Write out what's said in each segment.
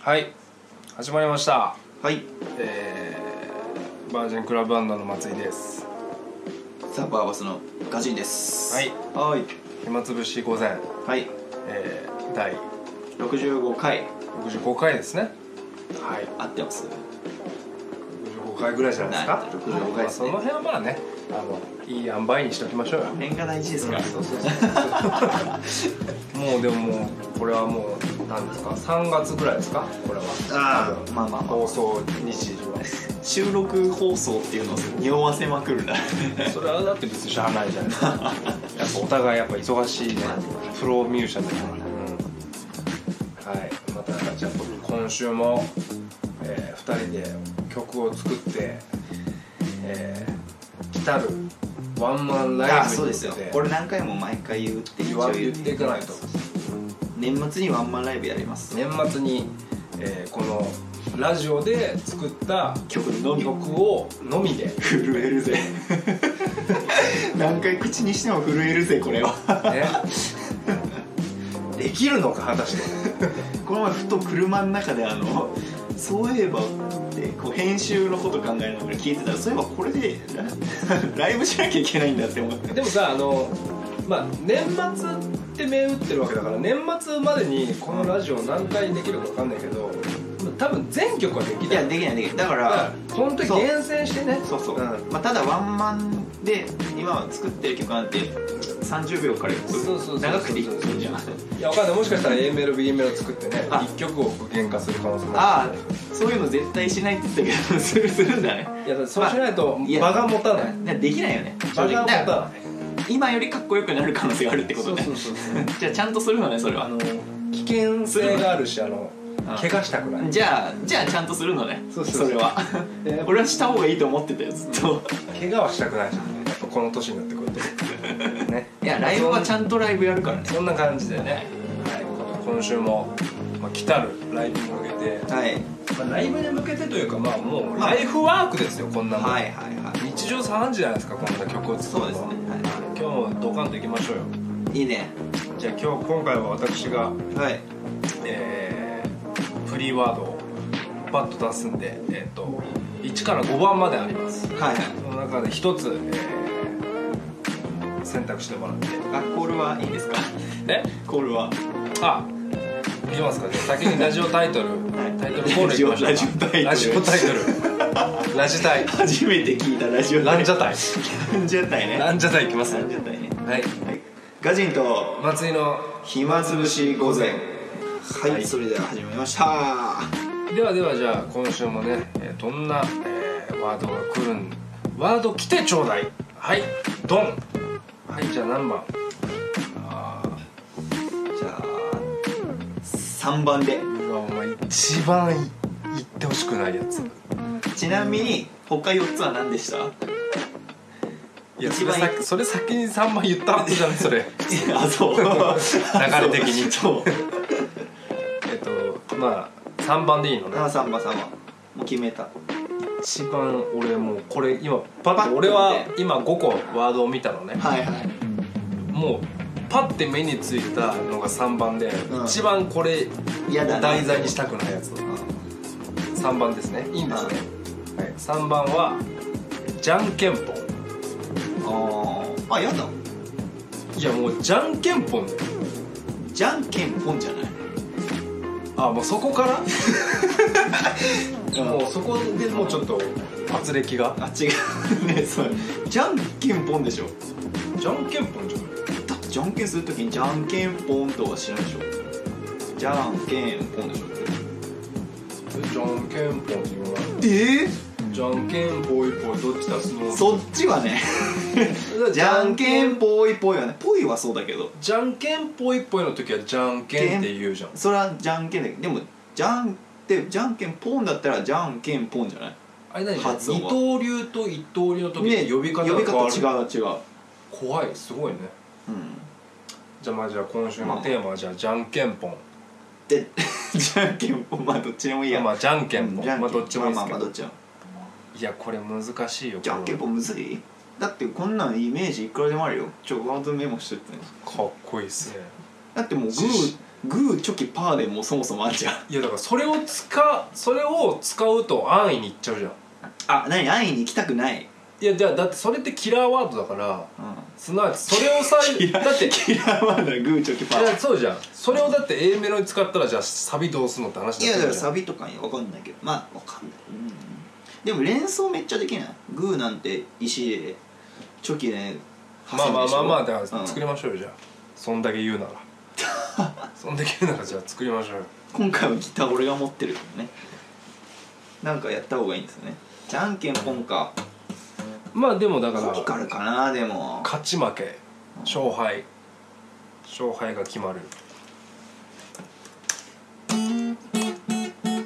はい始まりましたはいえー、バージンクラブアンダの松井ですザ・バーバスのガジンですはいはい暇つぶし午前、はいえー、第65回65回ですねはい合ってます65回ぐらいじゃないですかはい65回ですねまあその辺はまあねあのいい塩梅にしておきましょうよ面が大事ですからそうそうもうでももうこれはもう何ですか3月ぐらいですかこれは ああまあまあまあ放送日時は収録放送っていうのを匂わせまくる なそれはだって別にしゃあないじゃないですかやっぱお互いやっぱ忙しいねプロミュージシャンだから、うん、はいまたじゃあ今週も、え2人で曲を作って、えー来たるワンマンあライあブそうに向でけすてよこれ何回も毎回言うって言一わ応言言っうていかないと年末にワンマンライブやります年末に、えーこのラジオで作った曲のみ曲をのみで、ね、震えるぜ 何回口にしても震えるぜこれ はできるのか果たしてこの前ふと車の中であのそういえばってこう編集のこと考えながら聞いてたらそういえばこれで ラライブしなきゃいけないんだって思ってでもさあのまあ年末って銘打ってるわけだから年末までにこのラジオ何回できるか分かんないけど多分全曲はできいないやできないできないだかだからら本当に厳選してねそうそんう、まあ、ただワンマンで今作ってる曲なんて30秒からそうそうそうそう長くて1分じゃんいや分かんないもしかしたら A メロ B メロ作ってねあ1曲を具現化する可能性もああそういうの絶対しないって言ってたけどするするんだねいやだからそうしないといや場が持たないやできないよね場が持だからたない今よりかっこよくなる可能性があるってこそとうねそうそうそうじゃあちゃんとするのねそれあはの危険性があるしあのあ怪我したくないじゃあじゃあちゃんとするのねそそうそうそうれ はえー俺はした方がいいと思ってたよずっと怪我はしたくないじゃんやっぱこの年になってくる とねいやライブはちゃんとライブやるからねそんな感じでね、はい、今週も、まあ、来たるライブに向けて、はいまあ、ライブに向けてというかまあもうライフワークですよこんなもん、はいはいはい日常茶飯事じゃないですかこんな曲を作そうるですのねは、は今日もドカンといきましょうよいいいねじゃあ今日今回は私が、はいえー、フリーワードをバッと出すんでえっ、と1から5番までありますはいはいその中で一つ、えー、選択してもらってあコールはいいですかねコールはあ、いきますかね。先にラジオタイトル、いタイトルコールいきましょうかラジオタイトルラジオタイトル、ラジタイ、初めて聞いたラジオランジャタタイ、イランジャタイねランジャタイいきます。ラはンジャタイい、ねはいガジンと松井の、暇つぶし午前はい、はいそれでは始めましたはではではじゃあ今週もね、えーどんな、えーワードが来るん、ワード来てちょうだい。はい、ドン。はい、じゃあ何番？あいじゃあ3番でーうわお前一番い言ってほしくないやつ。ちなみに他4つは何でした いやそれ一番いさそれ先に三番言った後じゃないそれ。あそう流れ的に そうえっとまあ三番でいいのね。あサンバサンバもう決めた一番俺もうこれ今パパッッてと俺は今5個ワードを見たのねはいはいもうパッて目についたのが3番で、うん一番これ嫌だな題材にしたくないやつ3番ですねいいんですね、はい、3番はじゃんけんぽんあーあやだいやもうじゃんけんぽんだよじゃんけんぽんじゃないあもうそこからも うそこでもうちょっと圧力があ違う ねそうじゃんけんぽんでしょじゃんけんぽんじゃんだってじゃんけんするときにじゃんけんぽんとはしないでしょじゃんけんぽんでしょじゃんけんぽんって言わないええじゃんけんぽいぽいどっちだすのそっちはね じゃんけんぽいぽいはねぽいはそうだけどじゃんけんぽいっぽいの時はじゃんけんって言うじゃんそれはじゃんけんだけどでもじゃんってじゃんけんぽんだったらじゃんけんぽんじゃないあれ何二発音は刀流と一刀流の時って呼び方がね変わる、呼び方違う違う怖いすごいねうんじゃあまあじゃあ今週のテーマはじゃあじゃんけんぽんでじゃんけんぽんまあどっちでもいいやまあじゃんけんぽん、じゃまあどっちもいいでまあすまあけど、まあどっちもいやこれ難しいよじゃんけんぽんむずいだってこんなんイメージいくらでもあるよちょワードメモしといてねかっこいいっすねだってもうグ自信ーグーチョキパーでもうそもそもあんじゃんいやだからそれを使うそれを使うと安易にいっちゃうじゃんあ何安易に行きたくない、いやじゃあだってそれってキラーワードだからうすなわちそれをさん、だって キラーワードはグーチョキパいやーそうじゃんそれをだって A メロに使ったらじゃあサビどうすんのって話にいなやってくるだからじゃんサビとかに分かんないけどまあ分かんない、うん、でも連想めっちゃできないグーなんて石でチョキで挟まあまむあでしまあょまあだから作りうんましょうよじゃあそんだけ言 うならそんだけ言うならじゃあ作りましょうよ今回はギター俺が持ってるけどねなんかやった方がいいんですよねじゃんけんポンかまあでもだかコミカらルかなでも勝ち負け勝敗勝敗が決まるま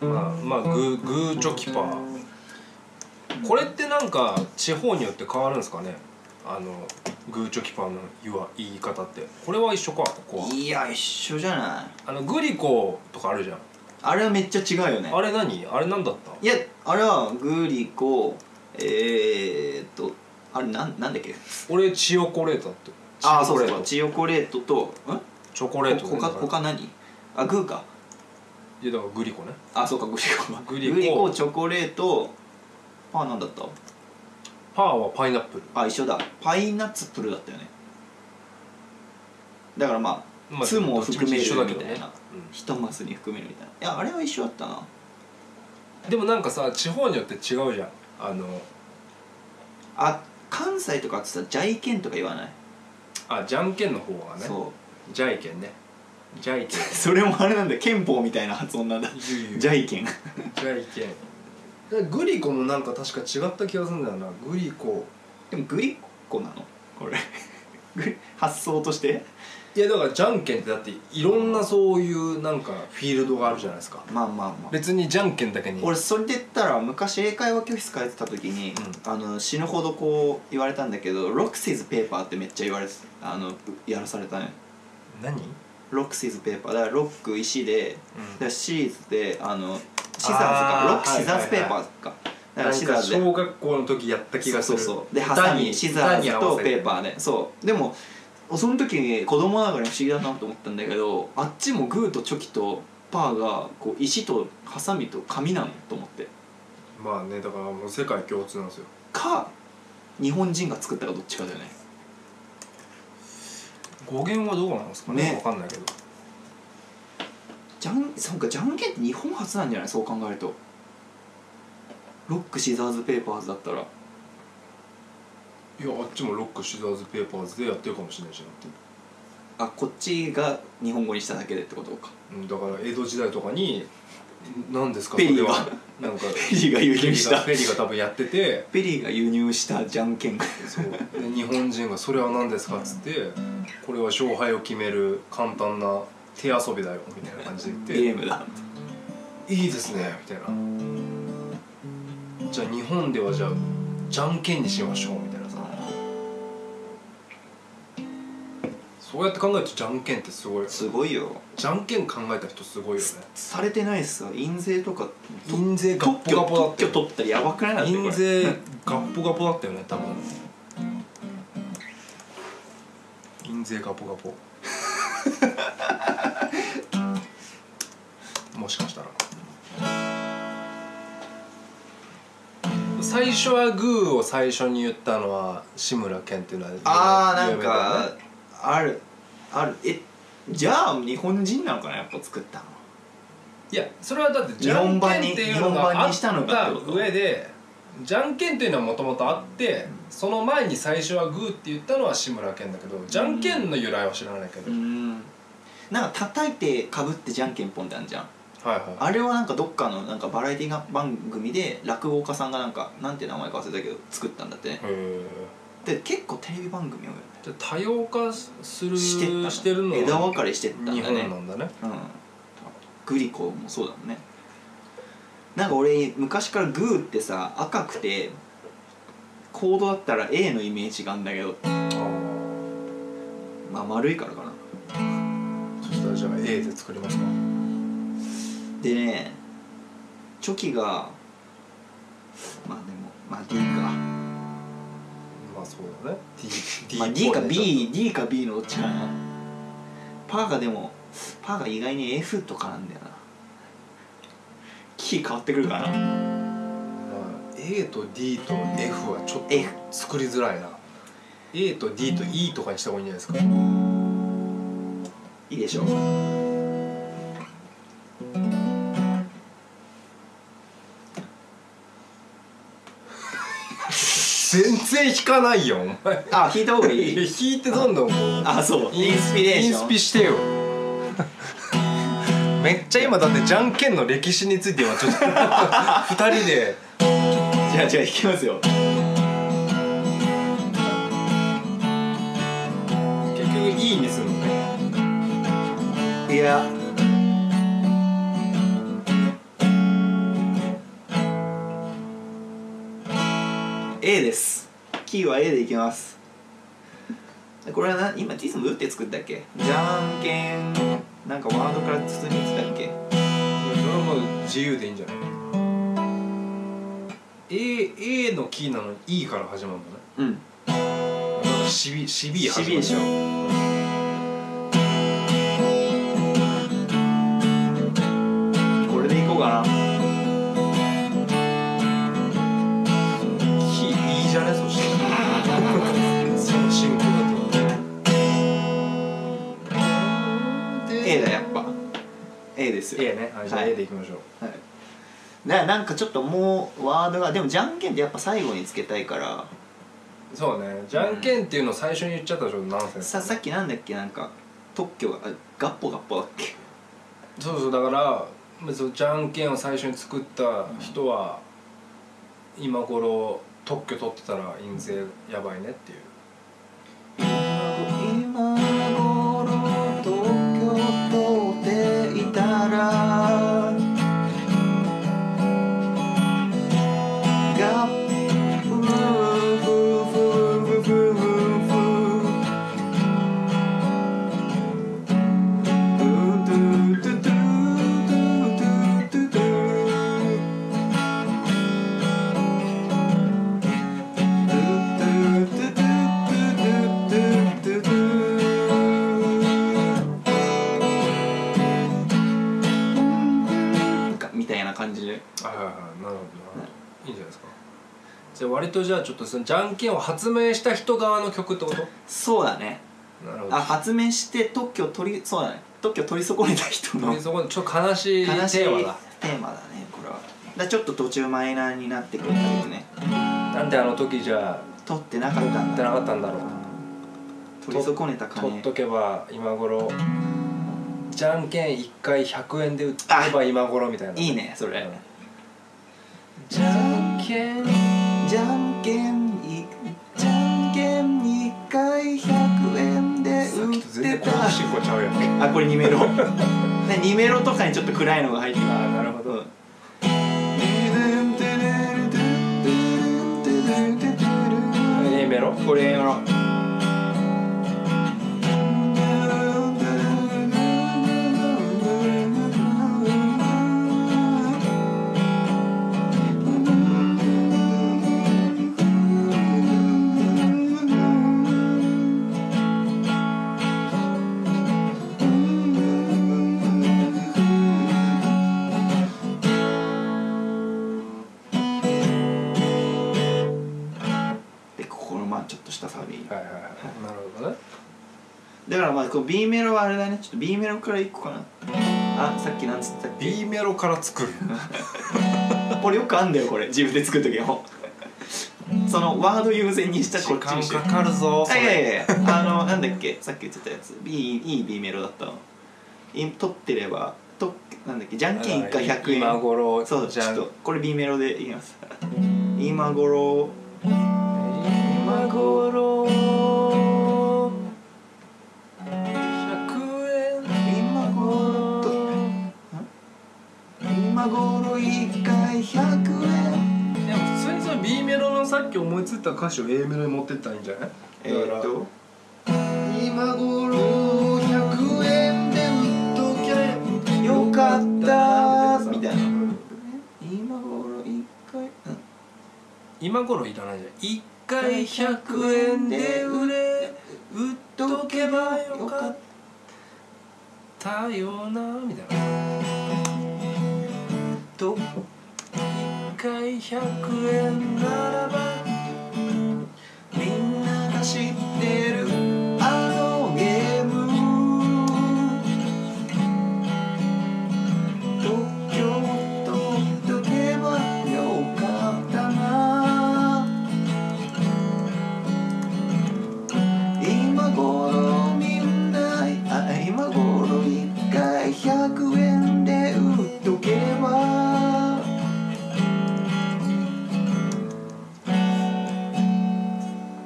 あまあグーグーチョキパーこれってなんか地方によって変わるんですかねあのグーチョキパーの言わ言い方ってこれは一緒かここはいや一緒じゃないあのグリコとかあるじゃんあれはめっちゃ違うよねあれ何あれ何だったいやあれはグリコえー、っとあれなんなんだっけ俺チオコレートだってああそうチオコレーそトうチヨコレートとんチョコレート他だか他何あグーからいやだからグリコねあそうかグリコグリコチョコレートパーなんだったパーはパイナップルあ一緒だパイナッツプルだったよねだからまあ、ツーも含めるみたいな、ひとマスに含めるみたいないやあれは一緒だったなうんでもなんかさ地方によって違うじゃんあのあ関西とかってさジャイケンとか言わない、あじゃんけんの方がねそうじゃいけんねじゃい けんそれもあれなんだ憲法みたいな発音なんだじじゃいけんゃいけんグリコもなんか確か違った気がするんだよなグリコでもグリコなのこれ グリ発想としていやだからじゃんけんってだっていろんなそういうなんかフィールドがあるじゃないですかまあまあまあ別にじゃんけんだけに俺それで言ったら昔英会話教室通ってた時に、あの死ぬほどこう言われたんだけど「ロックシーズペーパー」ってめっちゃ言われてたあのやらされたね何、ロックシーズペーパーだからロック石でだからシーズであのシザーズあかーロックシザーズペーパーか、だからシザーズで小学校の時やった気がするそうそうそうでハサミシザーズとペーパーでそうでもその時に子供ながらに不思議だなと思ったんだけどあっちもグーとチョキとパーがこう石とハサミと紙なのと思ってまあねだからもう世界共通なんですよか日本人が作ったかどっちかだよね語源はどうなんですかねねわかんないけどじゃんそうかじゃんけんって日本初なんじゃないそう考えるとロックシザーズペーパーズだったらいやあっちもロックシザーズペーパーズでやってるかもしれないしなってあこっちが日本語にしただけでってことかうんだから江戸時代とかに何ですかペリーこれはがなん かペリーが輸入したペリーが多分やっててペリーが輸入したじゃんけんそうで日本人が「それは何ですか?」っつって「これは勝敗を決める簡単な手遊びだよ」みたいな感じで言ってゲームだいいですねみたいなじゃあ日本ではじゃあじゃんけんにしましょうみたいなさそうやって考えるとじゃんけんってすごいよすごいよじゃんけん考えた人すごいよねされてないっすよ印税とか印税ガッポ特ガ許ポだっ特た許よ取ったらやばくないなってこ印れ税ガッポガポだったよね多分印税ガッポガポ もしかしたら最初はグーを最初に言ったのは志村けんっていうのは有名あーな有ん名だよねかあるあるえじゃあ日本人なのかなやっぱ作ったのいやそれはだってじゃんけんっていうの日本版があにっしたのかたってこと上でじゃんけんっていうのはもともとあってその前に最初はグーって言ったのは志村けんだけどじゃんけんの由来は知らないけど、うーんなんか叩いてかぶってじゃんけんポンってあるじゃんはいはあれはなんかどっかのなんかバラエティ番組で落語家さんがなんかなんて名前か忘れたけど作ったんだってねいへえで結構テレビ番組をじゃあ多様化するしてったのしてるの枝分はかれしてったんだね日本なんだねうん、グリコもそうだもんねなんか俺昔からグーってさ赤くてコードだったら A のイメージがあるんだけどあまあ丸いからかなあそしたらじゃあ A で作りますかでねチョキがまあでもまあ D か、まあそうだね D, D まあ、D か BD か B のどっちかなパーがでもパーが意外に F とかなんだよなキー変わってくるかなまあ A と D と F はちょっと F 作りづらいな A と D と E とかにした方がいいんじゃないですかいいでしょう全然弾かないよお前あ弾いた方が いい弾いてどんどんこうあそうインスピレーションインスピしてよ めっちゃ今だってじゃんけんの歴史についてはちょっと二人でじゃあじゃあ弾きますよ結局いいにするのねいやですキーは A でいきますこれはな今リズム打って作ったっけじゃんけんなんかワードから包みてたっけそれはもう自由でいいんじゃない A, A のキーなのに E から始まるのねうんなんかしびしび始まるしびでしょキーいいこれでいこうかなじゃねそしたらその進行だ A だやっぱ A ですとよ A ねはいじゃあはい A でいきましょうはい、ななんかちょっともうワードがでもじゃんけんってやっぱ最後につけたいからそうねじゃんけんっていうのを最初に言っちゃったらちょっとナンセンスささっきなんだっけなんか特許があガッポガッポだっけそうそうだからまあそのじゃんけんを最初に作った人は今頃特許取ってたら印税やばいねっていう今頃特許取っていたらガッフフフフフフフ「トゥトゥトゥトゥトゥトゥトゥトゥ」みたいな感じではいはいはいなるほどないいんじゃないですかじゃあ割とじゃあちょっとそのじゃんけんを発明した人側の曲ってことそうだねなるほどあ発明して特許を取りそうだね特許を取り損ねた人のでそこでちょっと悲しいテ悲しいーマだテーマだねこれはだからちょっと途中マイナーになってくるんだけどねなんであの時じゃあ取ってなかったやっんてだなかったんだろう取り損ねた金取っとけば今頃じゃんけん1回100円で売ってれば今頃みたいないいいねそれ、うんじゃんけんじゃんけんいじゃんけん2回100円でさっ売きっと全然てこのた進行ちゃうやんあこれ2メロ 2メロとかにちょっと暗いのが入ってくるあなるほどうんこ A メロれやろうでここのまあちょっとしたサビはいはいはいなるほどねだからまあこの B メロはあれだねちょっと B メロからいこうかなあさっきなんつったっけ B メロから作る俺よくあんだよこれ自分で作る時もそのワード優先にしたらこ時っちに間してかかるぞそあいやいれやいやあのなんだっけさっき言ってたやつ B いい B メロだったのい取ってればとなんだっけじゃんけん1回100円今頃そうちじょゃっんとこれ B メロでいきます今頃今頃100円今頃と今頃1回100円でも普通にその B メロのさっき思いついた歌詞を A メロに持ってったらいいんじゃないえー、っと今頃100円で売っときゃよかったーみたいなうん今頃1回うん今頃いらないじゃん一回100円で売れ売っとけばよかったよなみたいなと一回100円ならばみんなが知ってるあのゲーム東京と解けばよかったな今頃みんなあ今頃一回100円で売っとけば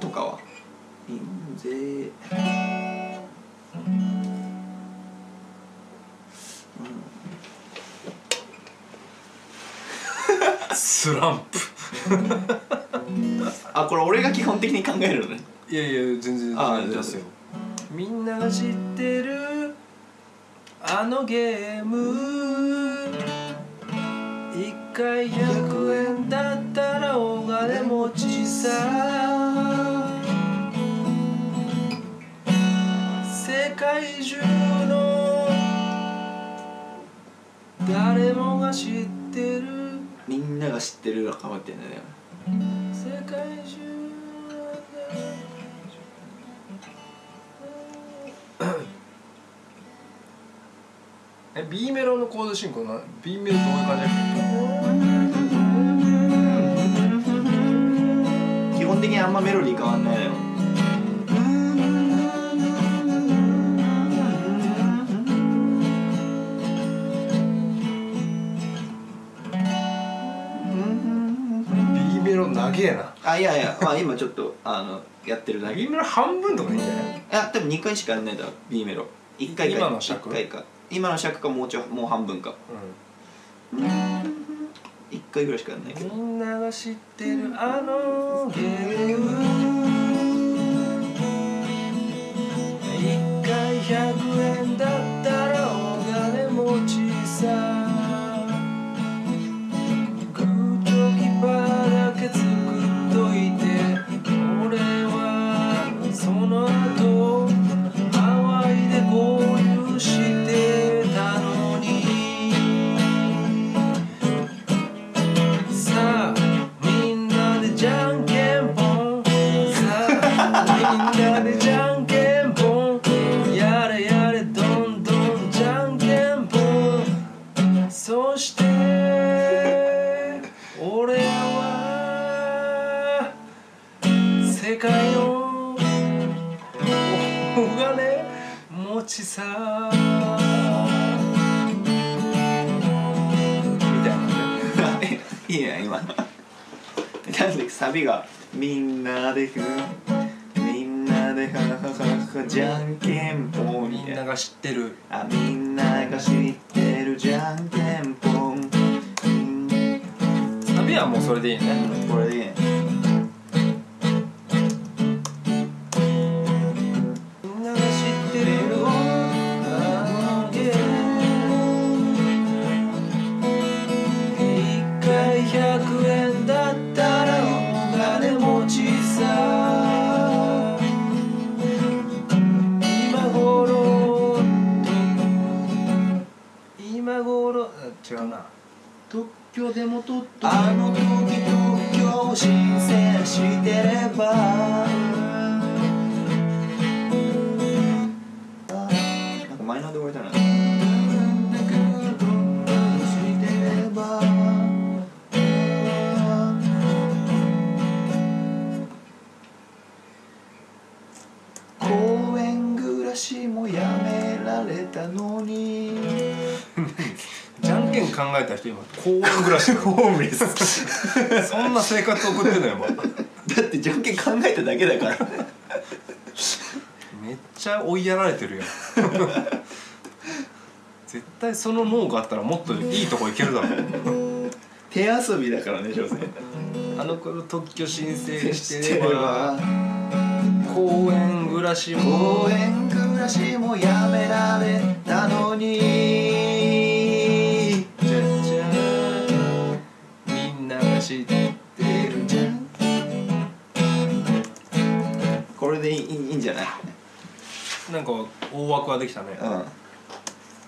とかは印税スランプあこれ俺が基本的に考えるのねいやいや全然全あ然ですよみんなが知ってるあのゲーム一回100円だったらお金持ちさ世界中の誰もが知ってるみんなが知ってるが変わってんだよね世界中え B メロのコード進行な B メロどういう感じだ基本的にあんまメロディー変わんないのよっけ B メロ長えなあいやいやまあ今ちょっとあのやってるだけ B いメロ半分とかでいいんじゃないや多分2回しかやんないだろ B メロ1回か今の尺一回か今の尺かもうちょいもう半分か1回ぐらいしかやんないけどみんなが知ってるあのゲーム一回100円だったらお金持ちさグーチョキパーだけ作っといて俺はその後ハワイで購入してたのにさあみんなでじゃんけんぽんさあみんなでじゃんけんぽんやれやれどんどんじゃんけんぽんそして俺は世界のお金持ちさみたいな。 いいね今なんでサビが「みんなでふみんなでハハハハじゃんけんぽん」みみんたいななが知ってるあみんなが知ってるじゃんけんぽんうんサビはもうそれでいいねこれでいいねみんなが知ってるよあのゲーム一回100円だったらお金持ちさ今頃今頃あ違うな特許でも取っとあの時特許を申請してればなんかマイナーで終わりたいなしてれば公園暮らしもやめられたのにじゃんけん考えた人今公園暮らし ホームレスそんな生活送ってんのよだってじゃんけん考えただけだからめっちゃ追いやられてるやん 絶対その脳があったらもっといいとこ行けるだろ手遊びだからね所詮あの頃特許申請してれば公園暮らしも公園暮らしもやめられたのにじゃんじゃんみんなが知ってるじゃんこれでいいいいんじゃないなんか大枠はできたねうん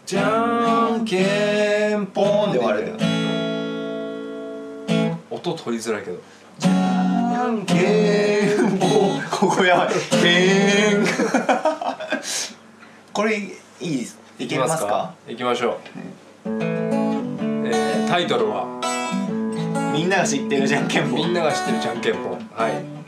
じゃんけんぽんで終わるんだよね音取りづらいけどけんぽんここやばいけん これいいですいけますかいきましょう、えータイトルはみんなが知ってるじゃんけん「ぽみんんなが知ってるじゃんけんぽん」はい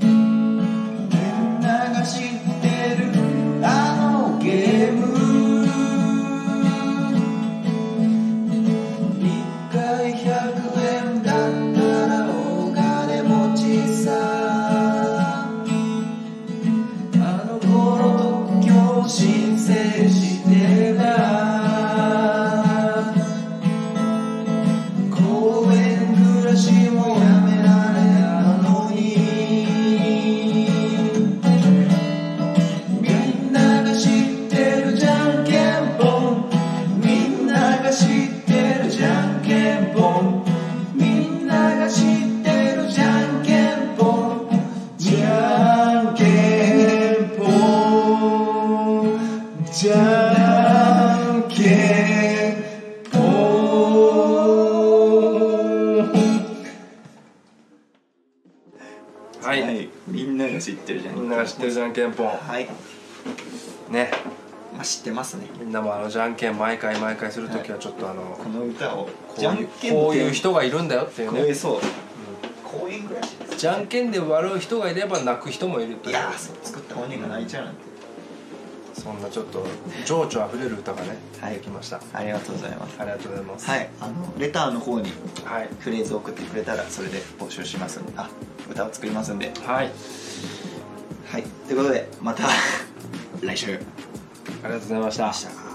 みんなが知ってるあのゲーム1回100円だったらお金持ちさあの頃と今日申請してた公園暮らしもやめられたのにみんなが知ってるじゃんけんぽんみんなが知ってるじゃんけんぽんみんなが知ってるじゃんけんぽんじゃんけんぽんじゃんけんぽんはい、はい、みんなが知ってるじゃんみんなが知ってるじゃんけんぽんはい、ねまあ、知ってますねみんなもあのじゃんけん毎回毎回するときはちょっとあの、この歌をこういうこういう人がいるんだよっていうこういねうそう公園暮らしですじゃんけんで割る人がいれば泣く人もいるといいうやーそう作った本人が泣いちゃうなんてそんなちょっと情緒あふれる歌がね、はいできましたあありがとうございますりがとうございますはいあのレターの方にはい、フレーズを送ってくれたらそれで募集しますんであ歌を作りますんではい、あはいということでまた 来週りがとうございましたした